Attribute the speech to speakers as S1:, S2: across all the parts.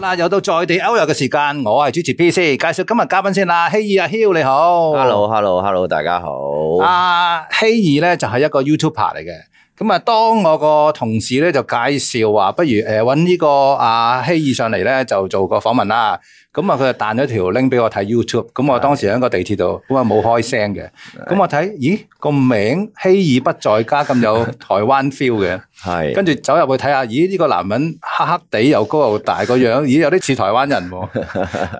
S1: 啦，又到在地 Out 遊嘅時間，我係主持 PC，介紹今日嘉賓先啦。希兒阿 Hill 你好
S2: Hello，Hello，Hello，大家好。
S1: 啊阿希兒咧就係一個 YouTuber 嚟嘅。咁啊，當我個同事咧就介紹話，不如誒揾呢個阿希兒上嚟咧，就做個訪問啦。咁啊，佢就彈咗條 link 俾我睇 YouTube。咁我當時喺個地鐵度，咁啊冇開聲嘅。咁我睇，咦個名希兒不在家咁有台灣 feel 嘅。
S2: 係
S1: 跟住走入去睇下，咦？呢、個男人黑黑地又高又大個樣，咦？有啲似台灣人 喎、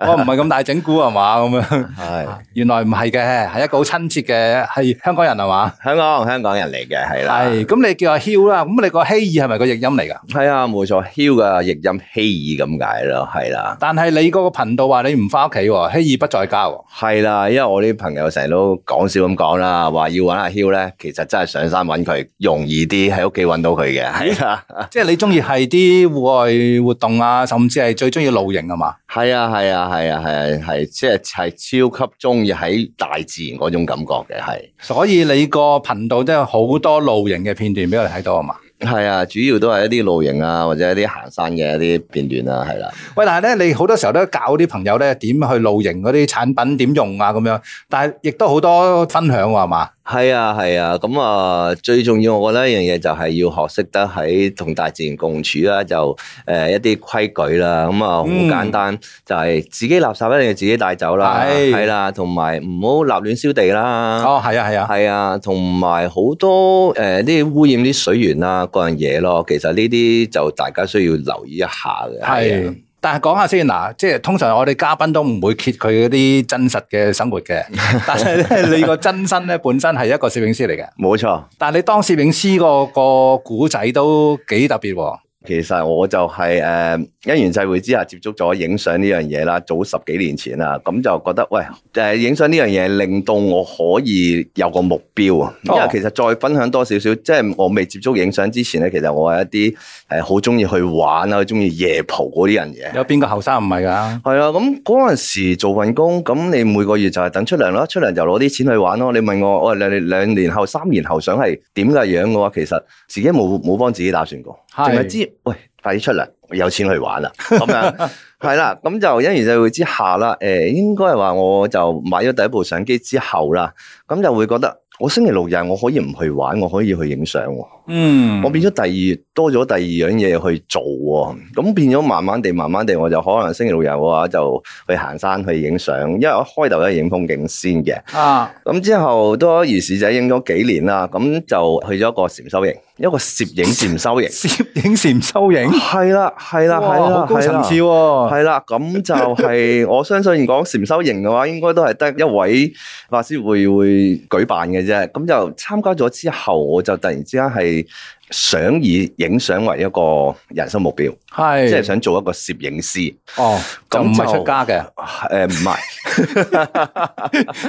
S1: 我唔係咁大整蠱啊係嘛？咁樣
S2: 係
S1: 原來唔係嘅，係一個好親切嘅，係香港人係嘛？
S2: 香港香港人嚟嘅，係啦，
S1: 係咁，你叫阿 Hill 啦，咁你個希爾係咪個譯音嚟㗎？
S2: 係啊，冇錯，Hill 嘅譯音希爾咁解咯，係啦，
S1: 但係你嗰個頻道話你唔翻屋企喎，希爾不在家喎。
S2: 係啦，因為我啲朋友成日都講笑咁講啦，話要揾阿 Hill 咧，其實真係上山揾佢容易啲，喺屋企揾到佢嘅，係啦，
S1: 即係你中意係啲戶外活動啊，甚至係最中意露營係嘛？
S2: 係啊，係啊，係啊，係啊，係，即係係超級中意喺大自然嗰種感覺嘅，係。
S1: 所以你個頻道真係好多露營嘅片段俾我哋睇到係嘛？
S2: 係啊，主要都係一啲露營啊，或者一啲行山嘅一啲片段啊啦，係啦。
S1: 喂，但係咧，你好多時候都教啲朋友咧點去露營嗰啲產品點用啊咁樣，但係亦都好多分享喎，係嘛？
S2: 係啊，係啊，咁啊，最重要我覺得一樣嘢就係要學識得喺同大自然共處啦，就誒、呃一啲規矩啦，咁啊好
S1: 嗯
S2: 簡單，就係自己垃圾一定要自己帶走啦，
S1: 係
S2: 係啦，同埋唔好立亂燒地啦。
S1: 哦，係啊，係啊，
S2: 係啊，同埋好多誒啲、污染啲水源啦，嗰樣嘢咯。其實呢啲就大家需要留意一下嘅。係啊
S1: 係。但係講下先嗱，即係通常我哋嘉賓都唔會揭佢嗰啲真實嘅生活 嘅，但係咧你個真身咧本身係一個攝影師嚟嘅，
S2: 冇錯。
S1: 但係你當攝影師個個古仔都幾特別喎。
S2: 其實我就係、呃因緣際會之下接觸咗影相呢樣嘢啦，早十幾年前啦，咁就覺得喂誒影相呢樣嘢令到我可以有個目標啊，因為
S1: 哦
S2: 其實再分享多少少，即係我未接觸影相之前咧，其實我係一啲誒好中意去玩啊，中意夜蒲嗰啲人嘅。
S1: 有邊個後生唔係㗎？
S2: 係啊，咁嗰陣時做份工，咁你每個月就係等出糧咯，出糧就攞啲錢去玩咯。你問我，我兩兩年後、三年後想係點嘅樣嘅話，其實自己冇冇幫自己打算過。淨係知喂快啲出嚟，有錢去玩啦啊咁樣，係啦，咁就因緣際會之下啦，誒、應該係話我就買咗第一部相機之後啦，咁就會覺得我星期六日我可以唔去玩，我可以去影相喎，
S1: 嗯，
S2: 我變咗第二多咗第二樣嘢去做喎，咁變咗慢慢地慢慢地我就可能星期六日嘅話就去行山去影相，因為我開頭都係影風景先嘅。
S1: 啊，
S2: 咁之後都如是者影咗幾年啦，咁就去咗一個禪修營，一個攝影禪修營。
S1: 攝影禪修影，
S2: 系啦，系啦，
S1: 哇
S2: 系啦，
S1: 好高
S2: 係啦
S1: 層次喎。
S2: 係啦，咁就係我相信講禪修營嘅話，應該都係得一位法師會會舉辦嘅啫。咁就參加咗之後，我就突然之間係想以影相為一個人生目標，
S1: 係，
S2: 即係想做一個攝影師。
S1: 哦，就唔
S2: 咁
S1: 係
S2: 就
S1: 出家嘅。
S2: 誒唔係，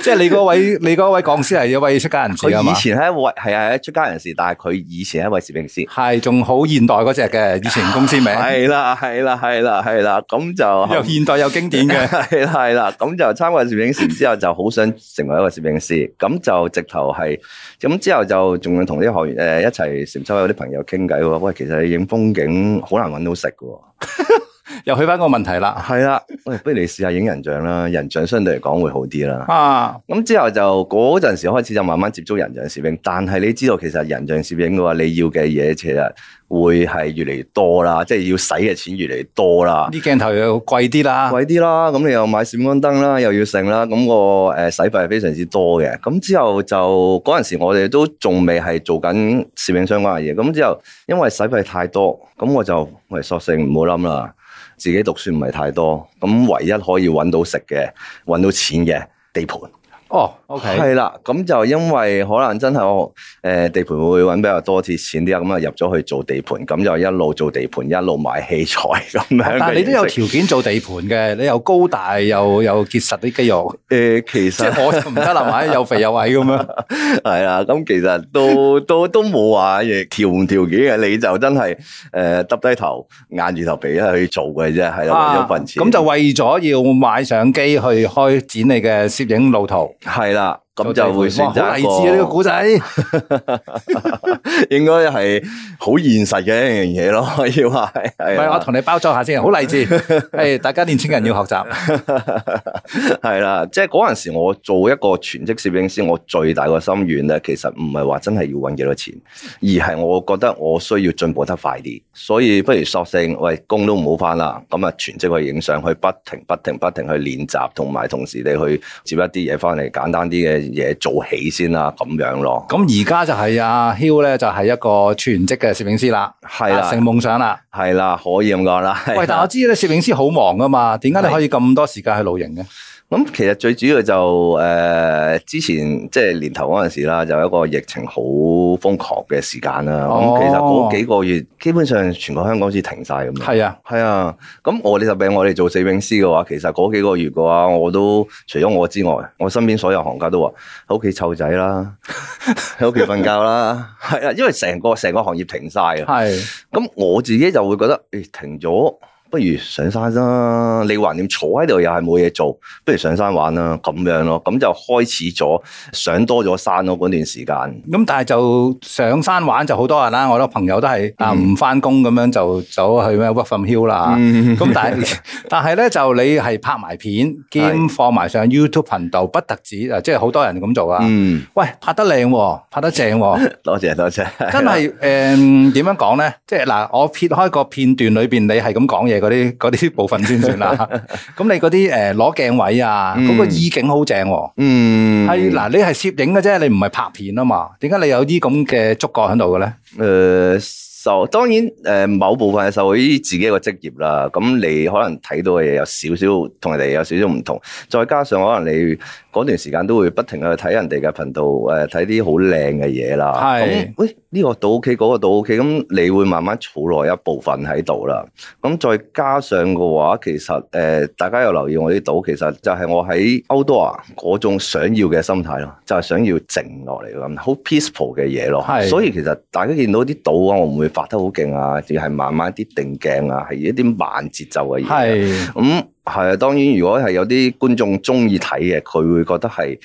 S1: 即係你嗰位， 你嗰位講師係一位出家人士啊
S2: 佢
S1: 嘛
S2: 以，前係一位係啊出家人士，但係佢以前係一位攝影師。
S1: 係仲好現代嗰只嘅，以前公司名
S2: 係啦，係啦，係啦，係啦，咁就
S1: 又現代又經典嘅，
S2: 係啦係啦，咁就參加攝影師之後，就好想成為一個攝影師，咁就直頭係，咁之後就仲要同啲學員誒、一齊禪修，有啲朋友傾偈喎，喂，其實你影風景好難揾到食嘅喎，
S1: 又去翻個問題啦。
S2: 係啦，喂，不如你試下影人像啦，人像相對嚟講會好啲啦。
S1: 啊，
S2: 咁之後就嗰陣時開始就慢慢接觸人像攝影，但係你知道其實人像攝影嘅話，你要嘅嘢其實會係越嚟越多啦，即係要使嘅錢越嚟越多啦。
S1: 啲鏡頭又貴啲啦，
S2: 貴啲啦，咁你又買閃光燈啦，又要剩啦，咁個誒使費係非常之多嘅。咁之後就嗰陣時，我哋都仲未係做緊攝影相關嘅嘢。咁之後因為使費太多，咁我就喂索性唔好諗啦，自己讀書唔係太多，咁唯一可以揾到食嘅、揾到錢嘅地盤。
S1: 哦，OK，
S2: 係啦，咁就因為可能真係我誒、呃地盤會揾比較多啲錢啲啊，咁啊入咗去做地盤，咁就一路做地盤一路買器材咁樣嘅形式。
S1: 但係你都有條件做地盤嘅，你又高大又又結實啲肌 肉，
S2: 誒、
S1: 即
S2: 其實
S1: 係我就唔得啦，咪 又肥又矮咁樣。
S2: 係啊，咁其實都 都都冇話亦條唔條件嘅，你就真係誒耷低頭，硬住頭皮去做嘅啫，
S1: 啊
S2: 係啦，為咗份錢。
S1: 咁就為咗要買相機去開展你嘅攝影路途，
S2: 係啦，咁就會選
S1: 哇好
S2: 擇
S1: 勵
S2: 一
S1: 志啊！呢個
S2: 個
S1: 古仔，
S2: 應該係好現實嘅一樣嘢咯，要話係
S1: 唔
S2: 係啊
S1: 係我
S2: 啦
S1: 同你包裝下先，好勵 志。誒，大家年青人要學習。
S2: 係啦，即係嗰陣時我做一個全職攝影師，我最大個心願咧，其實唔係話真係要揾幾多錢，而係我覺得我需要進步得快啲，所以不如索性喂工都唔好翻啦，咁啊全職去影相，去不停不停不停去練習，同埋同時你去接一啲嘢翻嚟簡單啲嘅嘢做起先啦，咁樣咯，
S1: 咁而家就係阿 Hill 咧，就係一個全職嘅攝影師啦，
S2: 係啦
S1: 達啊成夢想啦。
S2: 係啦，可以咁講啦。係啊
S1: 喂，
S2: 啦
S1: 但我知咧，攝影師好忙噶嘛，點解你
S2: 係
S1: 可以咁多時間去露營嘅？
S2: 咁其實最主要就誒、呃之前即係年頭嗰陣時啦，就有一個疫情好瘋狂嘅時間啦。咁、
S1: 哦
S2: 其實嗰幾個月基本上全個香港好似停晒咁樣。
S1: 係啊，
S2: 係啊，咁我哋特別我哋做攝影師嘅話，其實嗰幾個月嘅話，我都除咗我之外，我身邊所有行家都話喺屋企湊仔啦，喺屋企瞓覺啦，係啊，因為成個成個行業停晒啊。
S1: 係
S2: 咁我自己就會覺得，誒、停咗，不如上山啦。你橫掂坐喺度又係冇嘢做，不如上山玩啦，咁樣咯。咁就開始咗上多咗山咯。嗰段時間
S1: 咁，但係就上山玩就好多人啦。我啲朋友都係啊，唔翻工咁樣就走去咩 work from Hill 啦。
S2: 嗯
S1: 咁但係 但係咧就你係拍埋片兼
S2: 係
S1: 放埋上 YouTube 頻道，不特止啊，即係好多人咁做啊。
S2: 嗯，
S1: 喂，拍得靚喎，拍得正喎。
S2: 多謝多謝，
S1: 真係誒點樣講咧？即係嗱，我撇開個片段裏邊你係咁講嘢嗰啲 嗰啲部分先算 啦。咁你嗰啲誒攞鏡位啊，
S2: 嗯
S1: 嗰、個意境好正喎。
S2: 嗯
S1: 係嗱、你係攝影嘅啫，你唔係拍片啊嘛？點解你有啲咁嘅觸覺喺度嘅咧？
S2: 誒、呃受當然誒、呃某部分係受於自己一個職業啦，咁你可能睇到嘅嘢有少少同人哋有少少唔同，再加上可能你嗰段時間都會不停去睇人哋嘅頻道，誒睇啲好靚嘅嘢啦。
S1: 係
S2: 咁，喂呢、個都 OK，嗰個都 OK，咁你會慢慢儲耐一部分喺度啦。咁再加上嘅話，其實誒、大家有留意我啲島，其實就係我喺 outdoor 啊嗰種想要嘅心態咯，就係、想要靜落嚟咁，好 peaceful 嘅嘢咯
S1: 係。
S2: 所以其實大家見到啲島啊，我唔會發得好勁啊，而係慢慢啲定鏡啊，係一啲慢節奏嘅嘢。啊
S1: 係
S2: 咁係啊，當然如果係有啲觀眾中意睇嘅，佢會覺得係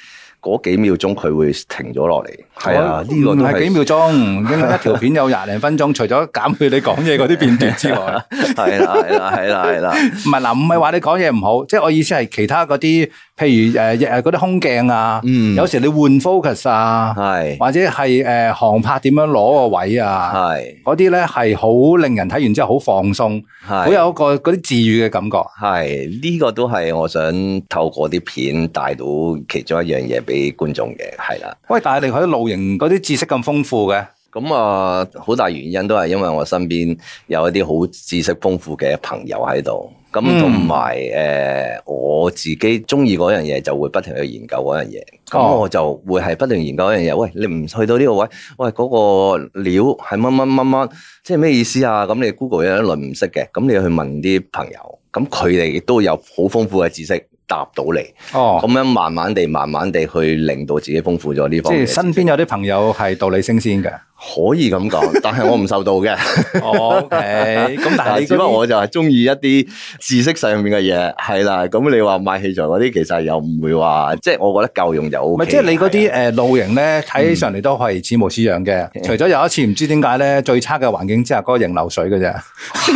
S2: 嗰幾秒鐘佢會停咗落嚟。係啊，呢、個
S1: 唔
S2: 都
S1: 係幾
S2: 係
S1: 秒鐘，應該一條片有廿零分鐘，除咗減去你講嘢嗰啲片段之外。
S2: 嗯係啦係啦係啦係啦，
S1: 唔係嗱，唔係話你講嘢唔好，即係我意思係其他嗰啲，譬如誒誒嗰啲空鏡啊，
S2: 嗯
S1: 有時你換 focus 啊，
S2: 係
S1: 或者係誒、呃、航拍點樣攞個位啊，
S2: 係
S1: 嗰啲咧係好令人睇完之後好放鬆，好
S2: 係。
S1: 有一個嗰啲治愈嘅感覺。
S2: 係呢、個都係我想透過啲片帶到其中一樣嘢俾觀眾嘅，係啦。
S1: 喂，但係你喺露營嗰啲知識咁豐富嘅，
S2: 咁啊，好大原因都係因為我身邊有一啲好知識豐富嘅朋友喺度，咁
S1: 嗯
S2: 同埋誒我自己中意嗰樣嘢就會不停去研究嗰樣嘢，咁
S1: 哦
S2: 我就會係不停研究嗰樣嘢。喂，你唔去到呢個位，喂嗰、個料係乜乜乜乜，即係咩意思啊？咁你 Google 有一輪唔識嘅，咁你去問啲朋友，咁佢哋亦都有好豐富嘅知識答到你，
S1: 哦
S2: 咁，樣慢慢地、慢慢地去令到自己豐富咗呢
S1: 即
S2: 方面
S1: 係
S2: 嘅知識。
S1: 身邊有啲朋友係道理升先嘅。
S2: 可以咁講，但係我唔受到嘅。
S1: 哦 OK，咁但係
S2: 但
S1: 你
S2: 只不過
S1: 嗰啲
S2: 我就係中意一啲知識上面嘅嘢，係啦。咁你話賣器材嗰啲，其實又唔會話，即係我覺得夠用就 O
S1: 唔
S2: K。
S1: 係即係你嗰
S2: 係
S1: 啲
S2: 啊
S1: 誒露營咧，睇起上嚟都係似模似樣嘅。除咗有一次唔知點解咧，最差嘅環境之下，嗰個營流水嘅啫。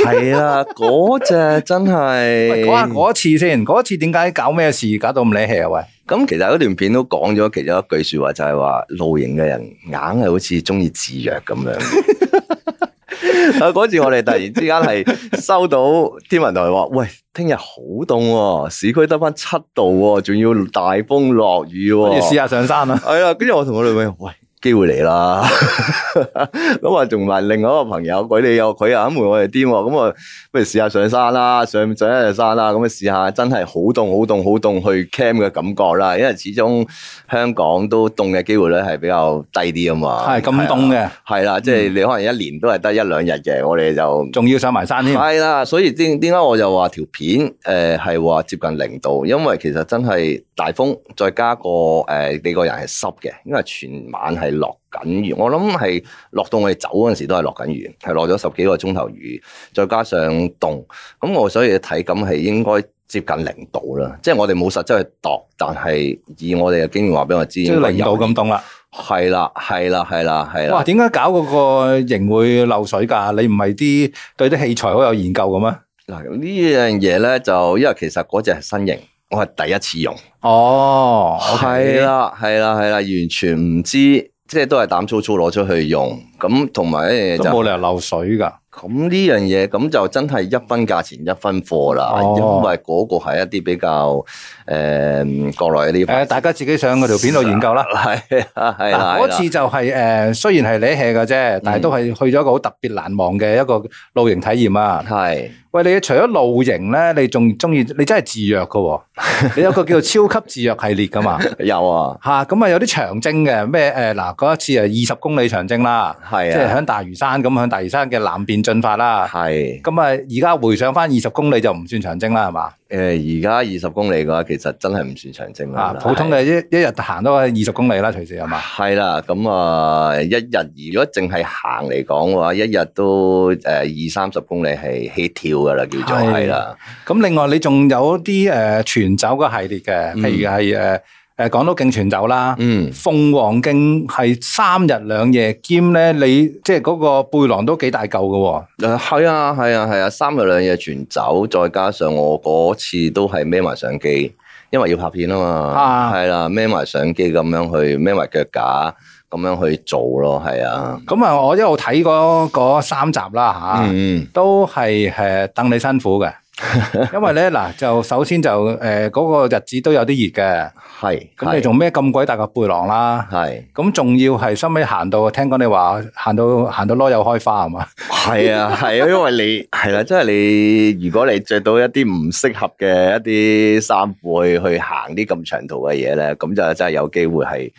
S2: 係啦，嗰只真
S1: 啊喂講下啊
S2: 係。
S1: 嗰次先，嗰次點解搞咩事搞到咁理氣啊？喂，
S2: 咁其實嗰段片都講咗其中一句說話，就係話露營嘅人硬係好似中意自虐咁 樣。啊！嗰次我哋突然之間係收到天文台話，喂，聽日好凍喎，市區得翻七度喎，仲要大風落雨
S1: 不
S2: 喎。
S1: 如試下上山啦。
S2: 系啊，跟住我同我女朋友，喂，機會嚟啦。 咁啊，同埋另外一個朋友，佢哋又佢又肯陪我哋癲喎，咁啊，不如試下上山啦，上上一日山啦，咁啊試下，真係好凍好凍好凍去 cam 嘅感覺啦，因為始終香港都凍嘅機會率係比較低啲啊嘛。
S1: 係咁凍嘅，
S2: 係啦，即係你可能一年都係得一兩日嘅，我哋就。
S1: 仲要上埋山添。
S2: 係啦，所以點點解我就話條片誒係話接近零度，因為其實真係大風，再加個誒、呃你個人係濕嘅，因為全晚係落緊雨。我諗係落到我哋走嗰陣時都係落緊雨，係落咗十幾個鐘頭雨，再加上凍，咁我所以嘅體感係應該接近零度啦，即係我哋冇實質去度，但係以我哋嘅經驗話俾我知，
S1: 即係零度咁凍啦。
S2: 係啦，係啦，係啦，係
S1: 哇！
S2: 啦。
S1: 點解搞嗰個營會漏水㗎？你唔係啲對啲器材好有研究咁啊？
S2: 嗱呢樣嘢咧，就因為其實嗰只係新型，我係第一次用。
S1: 哦
S2: 係啦，係啦，係啦，完全唔知，即係都係膽粗粗攞出去用。咁同埋咧就
S1: 都冇理由漏水㗎。
S2: 咁呢樣嘢，咁就真係一分價錢一分貨啦。
S1: 哦
S2: 因為嗰個係一啲比較诶、誒國內嗰啲
S1: 誒，大家自己上嗰條片度研究啦。
S2: 係啦，係啦，
S1: 嗱，
S2: 嗯係
S1: 嗰
S2: 啦
S1: 次就係、誒、雖然係你 hea 嘅啫，但係都係去咗一個好特別難忘嘅一個露營體驗啊！
S2: 係
S1: 喂，你除咗露營咧，你仲中意你真係自虐嘅喎、 你有個叫做超級自虐系列噶嘛？
S2: 有啊，
S1: 嚇咁啊，有啲長征嘅咩誒嗱，嗰、一次啊二十公里長征啦，即
S2: 係
S1: 係
S2: 啊，
S1: 喺大嶼山咁向大嶼山嘅南邊進發啦。
S2: 係。
S1: 咁啊，而家回想翻二十公里就唔算長征啦，係嘛？
S2: 誒而家二十公里嘅話，其實真嗯係唔算長征
S1: 啊
S2: 啦，。
S1: 普通嘅一一日行都係二十公里啦，隨時係嘛？
S2: 係啦，咁啊一日如果淨係行嚟講嘅話，一日都誒二三十公里係起跳㗎啦，叫做
S1: 係
S2: 係啦，
S1: 咁另外你仲有啲誒全酒嘅系列嘅，譬如係誒誒港島徑全酒啦，
S2: 嗯。
S1: 鳳凰徑係三日兩夜兼咧，你即係嗰個背囊都幾大嚿嘅喎。
S2: 誒係啊係啊係啊，三日兩夜全走，再加上我嗰次都係孭埋相機，因為要拍片啊嘛，
S1: 啊
S2: 係啦、孭埋相機咁樣去孭埋腳架咁樣去做咯，係啊，
S1: 咁啊，我一路睇嗰嗰三集啦嚇。
S2: 嗯
S1: 都係誒等你辛 苦嘅，因為咧嗱就首先就誒嗰、個日子都有啲熱嘅，
S2: 係，
S1: 咁你仲孭咁鬼大個背囊啦，
S2: 係
S1: 咁仲要係收尾行到，聽講你話行到行到攞柚開花係嘛？
S2: 係 啊係啊，因為你係啦，即係你如果你着到一啲唔適合嘅一啲衫褲去去行啲咁長途嘅嘢咧，咁就真係有機會係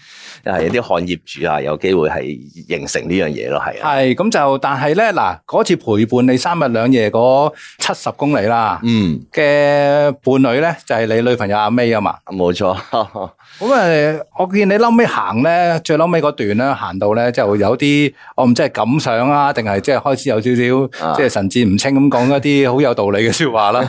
S2: 係啲汗業主啊，有機會係形成呢樣嘢咯，係啊，
S1: 係咁就，但係咧嗱，嗰次陪伴你三日兩夜嗰七十公里啦
S2: 嗯。
S1: 嘅伴侶咧，就係、你女朋友阿 May 啊嘛。
S2: 冇錯，
S1: 咁啊，我見你嬲尾行咧，最嬲尾嗰段咧，行到咧就有啲，我唔知係感想啊，定係即係開始有少少
S2: 啊
S1: 即係神志唔清咁講一啲好有道理嘅说話 啦。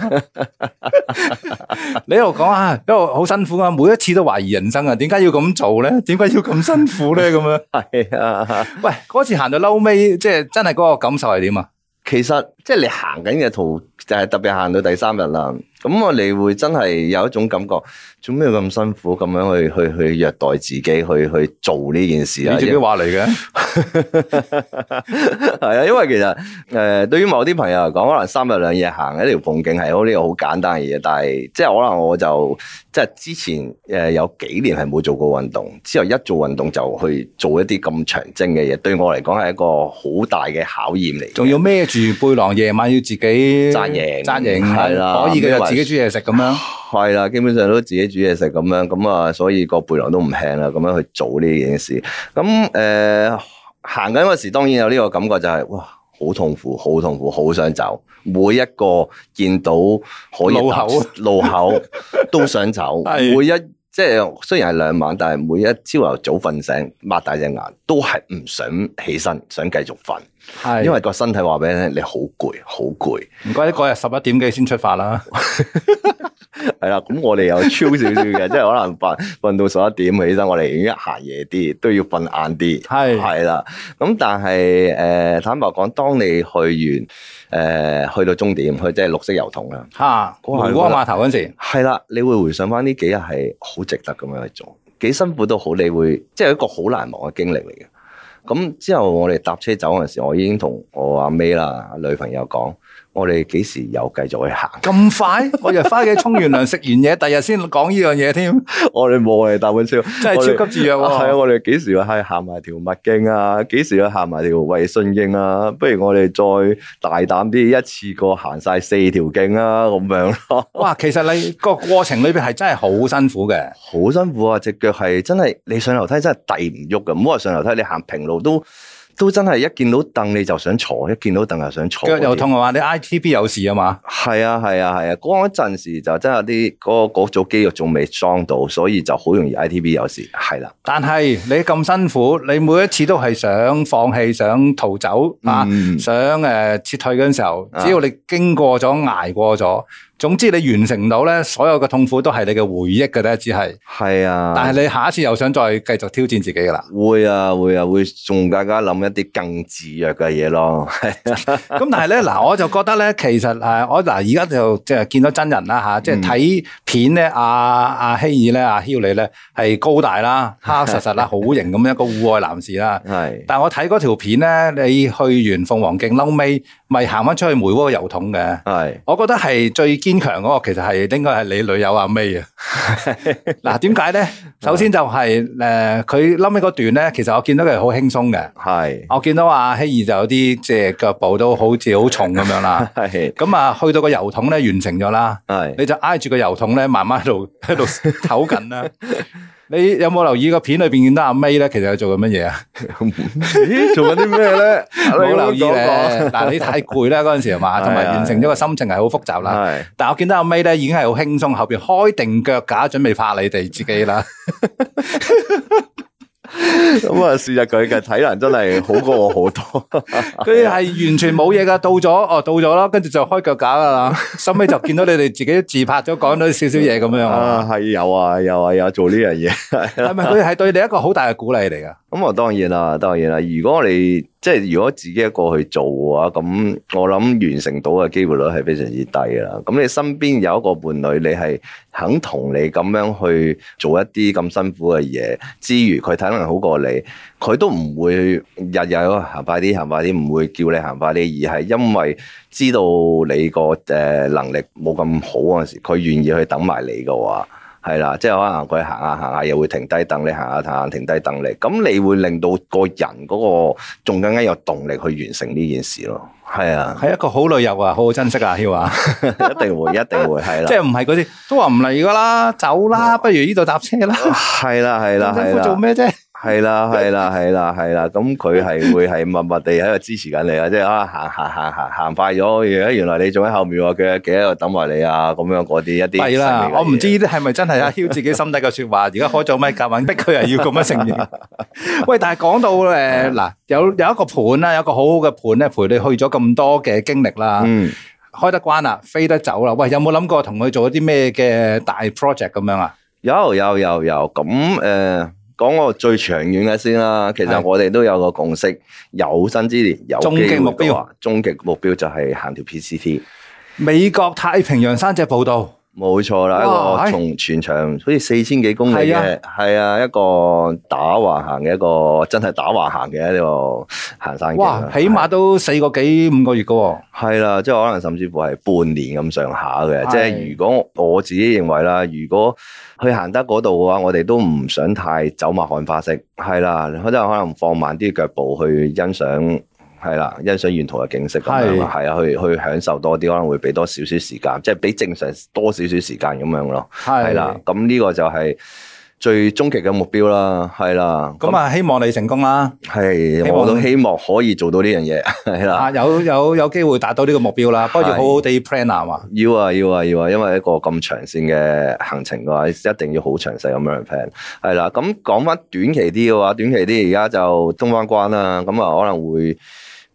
S1: 你一路講啊，一路好辛苦啊，每一次都懷疑人生啊，點解要咁做咧？點解要咁辛苦咧？咁 樣，
S2: 係啊。
S1: 喂，嗰次行到嬲尾，即係真係嗰個感受係點啊？
S2: 其實即係你行緊嘅途，就係特別行到第三日啦。咁我哋會真係有一種感覺，做咩要咁辛苦咁樣去去去虐待自己，去去做呢件事
S1: 你
S2: 啊？
S1: 自己話嚟嘅，
S2: 係啊，因為其實诶、呃，对于某啲朋友嚟講，可能三日兩夜行一條縫徑係哦好呢個好簡單嘅嘢，但係即係可能我就即係之前诶、呃有幾年係冇做過運動，之後一做運動就去做一啲咁長征嘅嘢，對我嚟講係一個好大嘅考驗嚟嘅。
S1: 仲要孭住背囊，夜晚要自己
S2: 紮營
S1: 扎營
S2: 係啦
S1: 可以嘅
S2: 孭
S1: 就
S2: 埋
S1: 自己煮嘢食咁 樣。
S2: 啊係啦，基本上都自己煮嘢食咁樣，咁啊，所以個背囊都唔輕啦，咁樣去做呢件事。咁诶，呃行緊嗰時當然有呢個感覺就係、哇，好痛苦，好痛苦，好想走。每一個見到可以
S1: 路
S2: 搭
S1: 口
S2: 路口都想走，
S1: 係
S2: 每一。即係雖然係兩晚，但係每一朝頭早瞓醒，擘大隻眼都係唔想起身，想繼續瞓，
S1: 係
S2: 因為個身體話俾你聽，你好攰，好攰。
S1: 唔怪得嗰日十一點幾先出發 啦。
S2: 係啦，咁我哋又超少少嘅，即係可能瞓 瞓到十一點起身，我哋已經行夜啲，都要瞓晏啲。
S1: 係
S2: 係啦，咁但係诶、呃坦白講，當你去完诶、呃去到終點，去即係綠色油桶啦，
S1: 嚇，
S2: 嗰下
S1: 湖光碼頭啊嗰陣時，
S2: 係啦，你會回想翻呢幾日係好值得咁樣去做，幾辛苦都好，你會即係一個好難忘嘅經歷嚟嘅。咁之後我哋搭車走嗰陣時，我已經同我阿 May 啦女朋友講，我哋幾時又繼續去行。
S1: 咁快，我日翻屋企沖完涼食完嘢，第日先講呢樣嘢添，
S2: 我哋冇我哋搭本車，
S1: 真係超級自虐
S2: 係啊！
S1: 喎。
S2: 我哋幾時去行埋條墨徑啊？幾時去行埋條衛信徑啊？不如我哋再大膽啲，一次過行晒四條徑啊！咁樣咯，
S1: 哇，其實你個過程裏邊係真係好辛苦嘅，
S2: 好辛苦啊！只腳係真係你上樓梯真係遞唔喐嘅，唔好話上樓梯，你行平路都都真係一見到凳你就想坐，一見到凳就想坐。
S1: 腳又。痛啊嘛，你 ITB 有事啊嘛，
S2: 係啊係啊係啊！嗰陣時就真係啲嗰嗰組肌肉仲未裝到，所以就好容易 ITB 有時係啦。
S1: 但係你咁辛苦，你每一次都係想放棄、想逃走啊。
S2: 嗯
S1: 想誒、呃撤退嗰陣時候，
S2: 啊
S1: 只要你經過咗、捱過咗，總之你完成到咧，所有嘅痛苦都係你嘅回憶嘅咧，只係。
S2: 係啊，
S1: 但係你下一次又想再繼續挑戰自己噶啦。
S2: 會啊會啊會，仲更加諗一啲更自虐嘅嘢咯。
S1: 咁但係咧，嗱，我就覺得咧，其實誒，我嗱而家就即係見到真人啦吓，即係睇片咧，阿阿希爾咧，阿囂你咧係高大啦，黑黑實實啦，好型咁樣一個戶外男士啦。
S2: 係
S1: 但係我睇嗰條片咧，你去完鳳凰徑嬲尾，咪行翻出去梅窩油桶嘅。
S2: 係
S1: 我覺得係最堅強嗰個，其實係應該係你女友阿 May 啊。嗱，點解咧？首先就係、誒，佢嬲尾嗰段咧，其實我見到佢係好輕鬆嘅。
S2: 係
S1: 我見到阿希兒就有啲即係腳步都好似好重咁樣 啦。
S2: 係
S1: 咁啊，去到個油桶咧完成咗啦，
S2: 係
S1: 你就挨住個油桶咧，慢慢喺 度喺度唞緊啦。你有冇留意個片裏邊見到阿 May 咧？其實佢做緊乜嘢啊？
S2: 咦做緊啲咩 咧？
S1: 冇留意
S2: 你講
S1: 咧。
S2: 講
S1: 嗱，你太攰啦嗰陣時係 嘛，同埋完成咗個心情係好複雜啦。
S2: 係啊
S1: 但我見到阿 May 咧已經係好輕鬆，後邊開定腳架，準備拍你哋自己 啦。
S2: 咁啊，事實佢嘅體能真係好過我好多。
S1: 佢係完全冇嘢噶，到咗哦，到咗啦，跟住就開腳架噶啦。收尾就見到你哋自己自拍咗，講到少少嘢咁樣啊。
S2: 啊，係有啊，有啊，有做呢樣嘢。
S1: 係咪佢係對你一個好大嘅鼓勵嚟噶？
S2: 咁啊，當然啦，當然啦。如果我哋即係如果自己一個去做嘅話，咁我諗完成到嘅機會率係非常之低㗎啦。咁你身邊有一個伴侶，你係肯同你咁樣去做一啲咁辛苦嘅嘢，之餘佢體能好過你，佢都唔會日日哦行快啲，行快啲，唔會叫你行快啲，而係因為知道你個誒能力冇咁好嗰陣時，佢願意去等埋你嘅話。係啦，即係可能佢行下行下又會停低等你，行下行下停低等你，咁你會令到個人嗰個仲更加有動力去完成呢件事咯。係啊，
S1: 係一個好旅遊啊，好好珍惜啊，曉啊，
S2: 一定會，一定會，係 啦，
S1: 即係唔係嗰啲都話唔嚟噶啦，走啦，不如呢度搭車啦，
S2: 係啦，係啦，
S1: 咁辛
S2: 係
S1: 苦做
S2: 啦。
S1: 咩啫？
S2: 係啦，係啦，係啦，係啦，咁佢係會係默默地喺度支持緊你啊！即係啊，行行行行行快咗，哎原原來你仲喺後面喎，佢企喺度等埋你啊，咁樣嗰啲一啲
S1: 弊啦
S2: 神，秘嘅嘢
S1: 我唔知呢啲係咪真 係阿囂自己心底嘅説話，而家開咗咪夾硬逼佢係要咁樣 承認。喂，但係講到誒嗱，有有一個伴啦，有一個好好嘅伴咧，陪你去咗咁多嘅經歷啦，
S2: 嗯。
S1: 開得關啦，飛得走啦。喂，有冇諗過同佢做一啲咩嘅大 project 咁樣啊？
S2: 有有有有，咁誒、呃、講個最長遠嘅先啦。其
S1: 係
S2: 實我哋都有個共識，有生之年有
S1: 終極
S2: 機會
S1: 目
S2: 嘅
S1: 標
S2: 話，終極目標就係行條 PCT，
S1: 美國太平洋山脊步道，
S2: 冇錯啦，
S1: 哇係
S2: 一個從全長好似四千幾公里
S1: 係
S2: 嘅，
S1: 啊
S2: 係啊，一個打橫行嘅一個真係打橫行嘅呢個行山徑啊
S1: 哇，起碼都四個幾五個月嘅喎。
S2: 係啦，即係可能甚至乎係半年咁上下嘅。
S1: 係
S2: 即係如果我自己認為啦，如果去行得嗰度嘅啊話，我哋都唔想太走馬看花式。係啦，可能可能放慢啲腳步去欣賞。係啦，欣賞沿途嘅景色咁樣啦，係啊，去去享受多啲，可能會俾多少少時間，即係比正常多少少時間咁樣咯，係
S1: 係
S2: 啦，，咁呢個就係最終極嘅目標啦，係啦，
S1: 咁啊，希望你成功啦。希
S2: 係，
S1: 望
S2: 我都希望可以做到呢樣嘢， 係啦。
S1: 啊，有有有機會達到呢個目標啦，不過要
S2: 係
S1: 好好地 plan 啊嘛。
S2: 要啊要啊要啊，因為一個咁長線嘅行程嘅話，一定要好詳細咁樣去 plan。係啦，咁講翻短期啲嘅話，短期啲而家就東灣關啦，咁啊可能會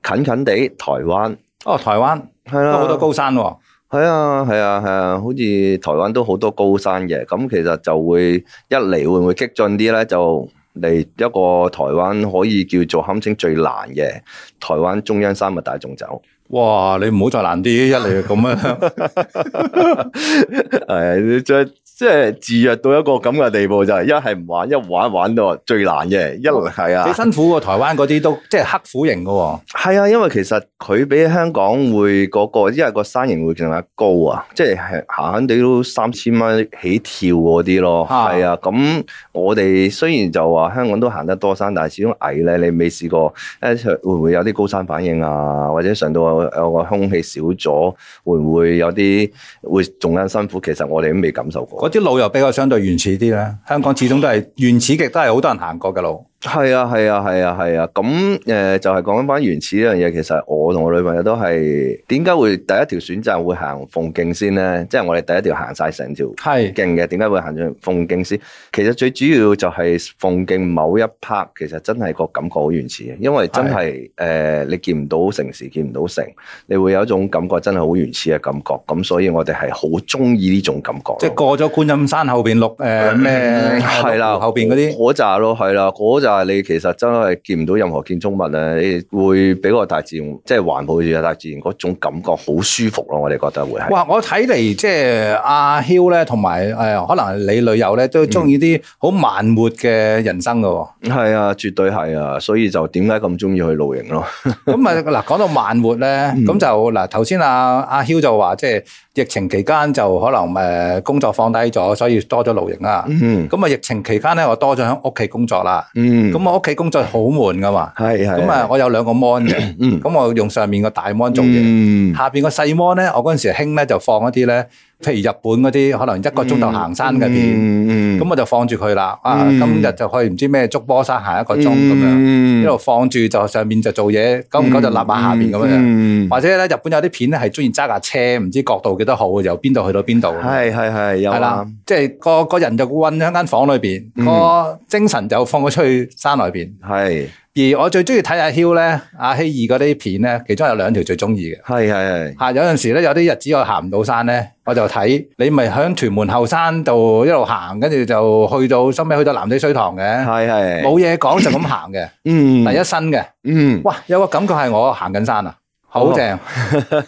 S2: 近近地台灣
S1: 哦，台灣
S2: 係
S1: 都
S2: 啦，
S1: 好多高山喎。
S2: 係啊係啊係啊，好似台灣都好多高山嘅，咁其實就會一嚟會唔會激進啲咧？就嚟一個台灣可以叫做堪稱最難嘅台灣中央山脈大縱 走。
S1: 哇！你唔好再難啲，一嚟就咁 樣，
S2: 系即即係自虐到一個咁嘅地步，就係一係唔玩，一玩玩到最難嘅，一係啊
S1: 幾，辛苦喎。台灣嗰啲都即係刻苦型嘅喎。
S2: 係啊，因為其實佢比香港會嗰、個，因為個山形會更加高啊，即係閒閒地都三千蚊起跳嗰啲咯，
S1: 啊
S2: 係啊，咁我哋雖然就話香港都行得多山，但係始終矮咧，你未試過誒會唔會有啲高山反應啊？或者上到有個空氣少咗，會唔會有啲會仲更辛苦？其實我哋都未感受過。
S1: 嗰啲路又比較相對原始啲啦。香港始終都係原始極，都係好多人行過嘅路。
S2: 係啊，係啊，係啊，係啊。咁誒、呃就係講翻原始呢樣嘢，其實我同我女朋友都係點解會第一條選擇會行鳳徑先咧？即係我哋第一條行晒成條
S1: 係
S2: 徑嘅，點解會行咗鳳徑先？其實最主要就係鳳徑某一 part，其實真係個感覺好原始嘅，因為真係誒、呃你見唔到城市，見唔到城，你會有一種感覺真係好原始嘅感覺。咁所以我哋係好中意呢種感覺咯。
S1: 即係過咗觀音山後邊綠誒咩
S2: 係啦，
S1: 後邊嗰啲
S2: 嗰扎咯，係啦，嗰扎你其實真係見唔到任何建築物咧，你會俾個大自然，即係環抱住個大自然嗰種感覺好舒服咯，我哋覺得會係。
S1: 哇！我睇嚟即係阿囂咧，同埋誒可能係你女友咧，都中
S2: 嗯
S1: 意啲好慢活嘅人生噶、 喎。
S2: 係啊，絕對係啊，所以就點解咁中意去露營咯？
S1: 咁啊嗱，講到慢活咧，
S2: 嗯
S1: 咁、就嗱頭先阿阿囂就話，即係疫情期間就可能誒工作放低咗，所以多咗露營啦。
S2: 嗯
S1: 咁啊、疫情期間咧，我多咗喺屋企工作啦。
S2: 嗯，
S1: 咁、我屋企工作好悶噶嘛。
S2: 係係
S1: 咁啊，，我有兩個 mon 嘅，
S2: 嗯
S1: 咁我用上面個大 mon 做嘢。
S2: 嗯
S1: 下邊個細 mon 咧，我嗰陣時興咧就放一啲咧，譬如日本嗰啲可能一個鐘頭行山嘅片，
S2: 嗯
S1: 咁、我就放住佢啦。啊，
S2: 嗯
S1: 今日就去唔知咩竹波山行一個鐘咁樣。一
S2: 樣
S1: 路放住就上面就做嘢，久
S2: 嗯
S1: 唔久就立下下面咁樣。
S2: 樣
S1: 或者咧，日本有啲片咧係中意揸架車，唔知角度幾多號，由邊度去到邊度。
S2: 係係係有
S1: 係啦
S2: 啊，，
S1: 即係個個人就困喺間房裏邊，
S2: 嗯
S1: 個精神就放咗出去山內邊。
S2: 係
S1: 而我最中意睇阿囂咧，阿希兒嗰啲片咧，其中有兩條最中意嘅。
S2: 係係係
S1: 嚇、有陣時咧，有啲日子我行唔到山咧，我就睇你咪響屯門後山度一路行，跟住就去到收尾去到南地水塘嘅，
S2: 係係，
S1: 冇嘢講就咁行嘅，
S2: 嗯
S1: 第一身嘅。
S2: 嗯。
S1: 哇！有個感覺係我行緊山啊，好正，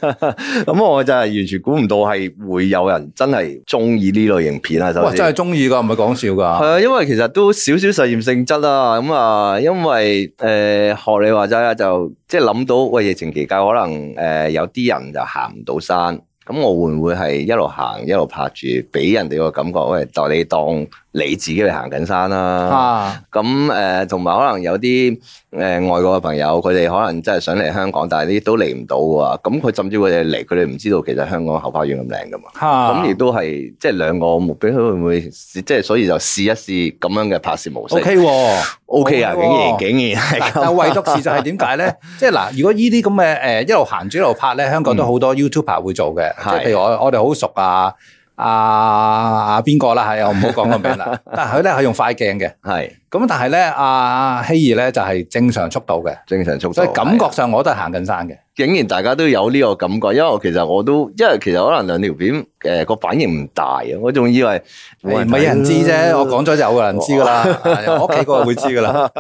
S2: 咁我就係完全估唔到係會有人真係中意呢類型片啊！首
S1: 哇！
S2: 先
S1: 真係中意噶，唔係講笑
S2: 係
S1: 噶。
S2: 啊，因為其實都少少實驗性質啦。咁啊，因為誒、呃、學你話齋啦，就即係諗到喂，疫情期間可能誒、呃有啲人就行唔到山。咁我會唔會係一路行一路拍住，俾人哋個感覺？喂，就你當你自己去行緊山啦。
S1: 啊，
S2: 咁誒，同埋、可能有啲誒、呃外國嘅朋友，佢哋可能真係想嚟香港，但係啲都嚟唔到嘅喎。咁佢甚至佢哋嚟，佢哋唔知道其實香港後花園咁靚噶嘛。咁亦
S1: 咁
S2: 都係即係兩個目標，佢會唔會即係所以就試一試咁樣嘅拍攝模式
S1: O K 喎。
S2: O K 啊，竟
S1: OK
S2: 然
S1: 喎
S2: 竟然係
S1: 嗱，
S2: 咁
S1: 但唯獨是就係點解 咧？即係嗱，如果呢啲咁嘅誒一路行住一路拍咧，香港都好多 YouTuber 會做嘅，即係
S2: 係
S1: 譬如我我哋好熟啊。啊啊邊個啦？係我唔好講個名 啦。但係佢咧係用快鏡嘅，
S2: 係
S1: 咁但係咧阿希兒咧就係正常速度嘅，
S2: 正常速度，
S1: 所以感覺
S2: 係
S1: 上我都係行緊山嘅。
S2: 竟然大家都有呢個感覺，因為我其實我都因為其實可能兩條片誒個反應唔大啊，我仲以為
S1: 唔係有人知
S2: 嗯
S1: 啫，我講咗就有人知噶 啦，係啊我屋企嗰個會知噶啦。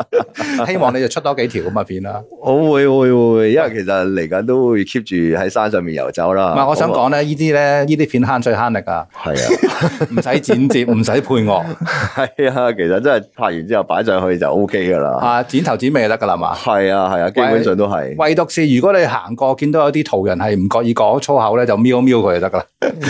S1: 希望你就出多幾條咁嘅片啦。
S2: 我會會會，因為其實嚟緊都會 keep 住喺山上面遊走啦。
S1: 唔係，我想
S2: 咁啊
S1: 講咧，呢啲咧，呢啲片慳水慳力啊，
S2: 係啊。
S1: 唔使剪接，唔使配樂，
S2: 係啊，其實真係拍完之後擺上去就 O K 噶啦。
S1: 啊，剪頭剪尾就得噶啦嘛。
S2: 係啊係啊，基本上都係。
S1: 唯獨是如果你行過見到有啲途人係唔覺意講粗口咧，就瞄一瞄佢就得噶啦。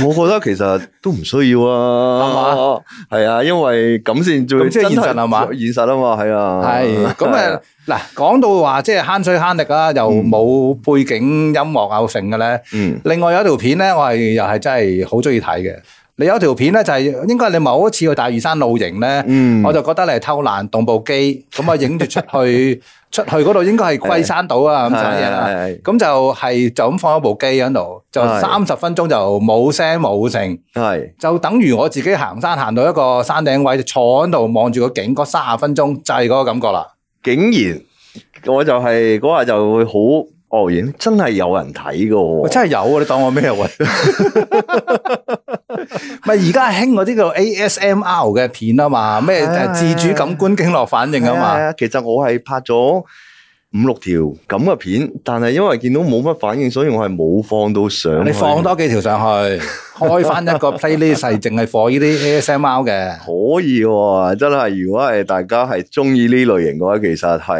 S2: 我覺得其實都唔需要啊，係啊，因為咁先最
S1: 咁先係
S2: 真
S1: 現實係嘛
S2: 現實啊嘛，係啊，
S1: 係咁 誒，嗱，講到話即係慳水慳力啊，又冇背景音樂啊剩嘅咧。
S2: 嗯，
S1: 另外有一條片咧，我係又係真係好中意睇嘅。你有一條片咧，就係、應該係你某一次去大嶼山露營咧，
S2: 嗯
S1: 我就覺得你係偷懶動部機，咁啊影住出 去出去嗰度應該係龜山島啊咁樣嘢
S2: 係
S1: 啦
S2: 係。係
S1: 咁就係就咁放咗部機喺度，就
S2: 係
S1: 三十分鐘就冇聲冇聲，
S2: 係
S1: 就等於我自己行山行到一個山頂位，就坐喺度望住個景，嗰三十分鐘就係嗰個感覺啦。
S2: 竟然我就係嗰下就會好愕然，真係有人睇噶
S1: 喂，
S2: 喎，
S1: 真係有啊！你當我咩啊喂？ 咪而家興嗰啲叫 ASMR 嘅片啊嘛，咩
S2: 係啊
S1: 誒自主感官經絡反應啊
S2: 係
S1: 嘛，
S2: 啊，其實我係拍咗。五六條咁嘅片，但係因為見到冇乜反應，所以我係冇放到上
S1: 你
S2: 去。
S1: 放多幾條 上去，開翻一個 playlist 係淨係放呢啲 ASMR 嘅。
S2: 可以喎、真係如果係大家係中意呢類型嘅話，其實係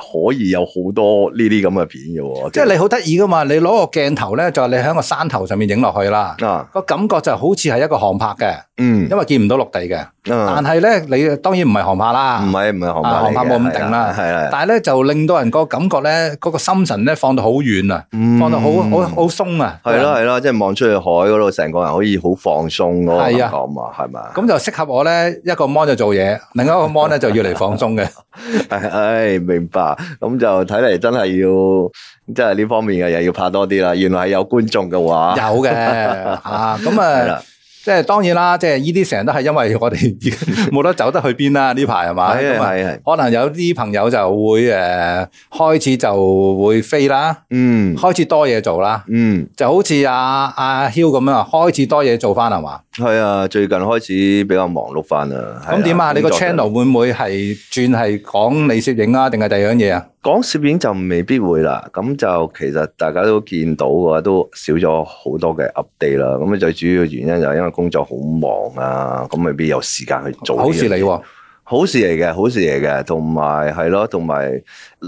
S2: 可以有好多呢啲咁嘅片嘅喎、
S1: 即係你好得意噶嘛，你攞個鏡頭咧，就係你喺個山頭上面影落去啦。
S2: 啊，
S1: 個感覺就好似係一個航拍嘅，
S2: 嗯，
S1: 因為見唔到陸地嘅。
S2: 啊嗯
S1: 但係咧，你當然唔係航拍啦，
S2: 唔係唔係航
S1: 啊
S2: 拍嚟
S1: 航
S2: 嘅，
S1: 拍冇咁定啦
S2: 係啦係啦，啊
S1: 但係咧就令到人人個感覺咧，嗰個心神咧放到好遠啊，放到好好好鬆啊，
S2: 系啦系啦，即嗯係望出去海嗰度，成個人可以好放鬆嗰個感
S1: 係
S2: 覺
S1: 啊
S2: 啊嘛，係咪？
S1: 咁就適合我咧，一個 mon 就做嘢，另一 個 mon 咧就要嚟放鬆嘅。
S2: 唉，明白。咁就睇嚟真係要，真係呢方面嘅嘢要拍多啲啦。原來係有觀眾嘅話，
S1: 有嘅啊，咁
S2: 係
S1: 啊
S2: 啦。
S1: 即係當然啦，即係呢啲成日都係因為我哋 冇得走得去邊啦，呢排係嘛？
S2: 係
S1: 咁啊
S2: 係係，
S1: 可能有啲朋友就會誒、呃、開始就會飛啦，
S2: 嗯
S1: 開始多嘢做啦，
S2: 嗯，
S1: 就好似阿阿蕭咁樣啊，開始多嘢做翻係嘛？
S2: 係啊，最近開始比較忙碌翻啦。係
S1: 咁點啊？你個
S2: 工作上
S1: channel 會唔會係轉係講你攝影啊，定係第二樣嘢啊？
S2: 講攝影就未必會啦，咁就其實大家都見到嘅話，都少咗好多嘅 update 啦。咁最主要原因就係因為工作好忙啊，咁未必有時間去做呢樣嘢。
S1: 好似你喎，
S2: 好事嚟嘅，好事嚟嘅，同埋係咯，同埋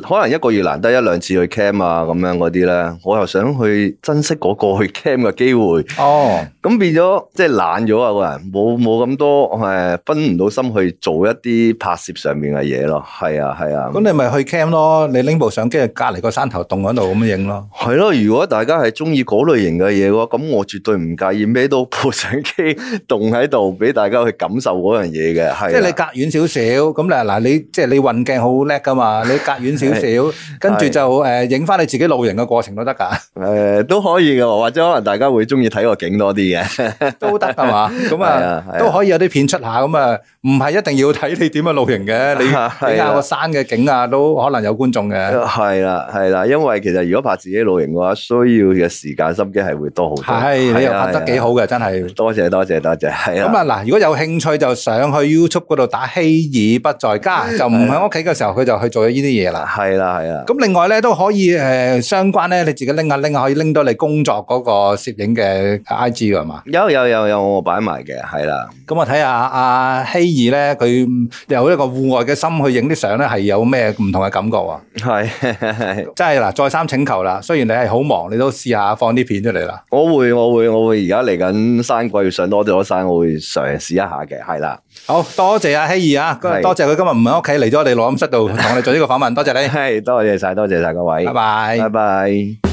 S2: 可能一個月難得一兩次去 cam 啊咁樣嗰啲咧，我又想去珍惜嗰個去 cam 嘅機會，
S1: 哦，
S2: 咁變咗即係懶咗啊個人，冇冇咁多誒、分唔到心去做一啲拍攝上面嘅嘢咯，係啊係啊。
S1: 咁你咪去 cam 咯，你拎部相機去隔離個山頭洞嗰度咁樣影咯。
S2: 係咯，如果大家係中意嗰類型嘅嘢嘅話，咁我絕對唔介意咩都部相機 動喺度，俾大家去感受嗰樣嘢嘅。係啊
S1: 即係你隔遠少少，咁嗱嗱，你即係你運鏡好叻噶嘛，你隔遠少 少，跟住就诶影翻你自己露營嘅過程都得㗎，
S2: 诶、都可以嘅，或者可能大家會中意睇個景多啲嘅。
S1: 都得㗎嘛，咁
S2: 係啊係
S1: 啊
S2: 啊
S1: 都可以有啲片出下，咁啊唔係一定要睇你點樣露營嘅，你
S2: 係啊
S1: 睇下個山嘅景啊，都可能有觀眾嘅，
S2: 係啦，係啦，因為其實如果拍自己露營嘅話，需要嘅時間心機係會多好多。
S1: 係你又
S2: 係啊
S1: 拍得幾好。嘅，真係。
S2: 係啊多謝多謝多謝，係
S1: 咁
S2: 啊。
S1: 啊嗱，如果有興趣就上去 YouTube 嗰度打希爾不在家，就唔喺屋企嘅時候，佢就去做呢啲嘢啦。
S2: 係啦，係啦，
S1: 咁另外咧都可以誒、呃相關咧，你自己拎下拎下，可以拎到你工作嗰個攝影嘅 I G 㗎嘛？
S2: 有有有有，我擺埋嘅，係啦，
S1: 咁我睇下阿希兒咧，佢有一個戶外嘅心去影啲相咧，係有咩唔同嘅感覺啊？
S2: 係。
S1: 真係嗱，再三請求啦，雖然你係好忙，你都試下放啲片出嚟啦。
S2: 我會我會我會而家嚟緊山季要上多咗山，我會嘗試一下嘅，係啦，
S1: 好多謝阿希兒啊，
S2: 係
S1: 多謝佢今日唔喺屋企嚟咗我哋錄音室度同我哋做呢個訪問，多謝你，
S2: 係多謝晒，多謝晒各位，
S1: 拜拜
S2: 拜。拜。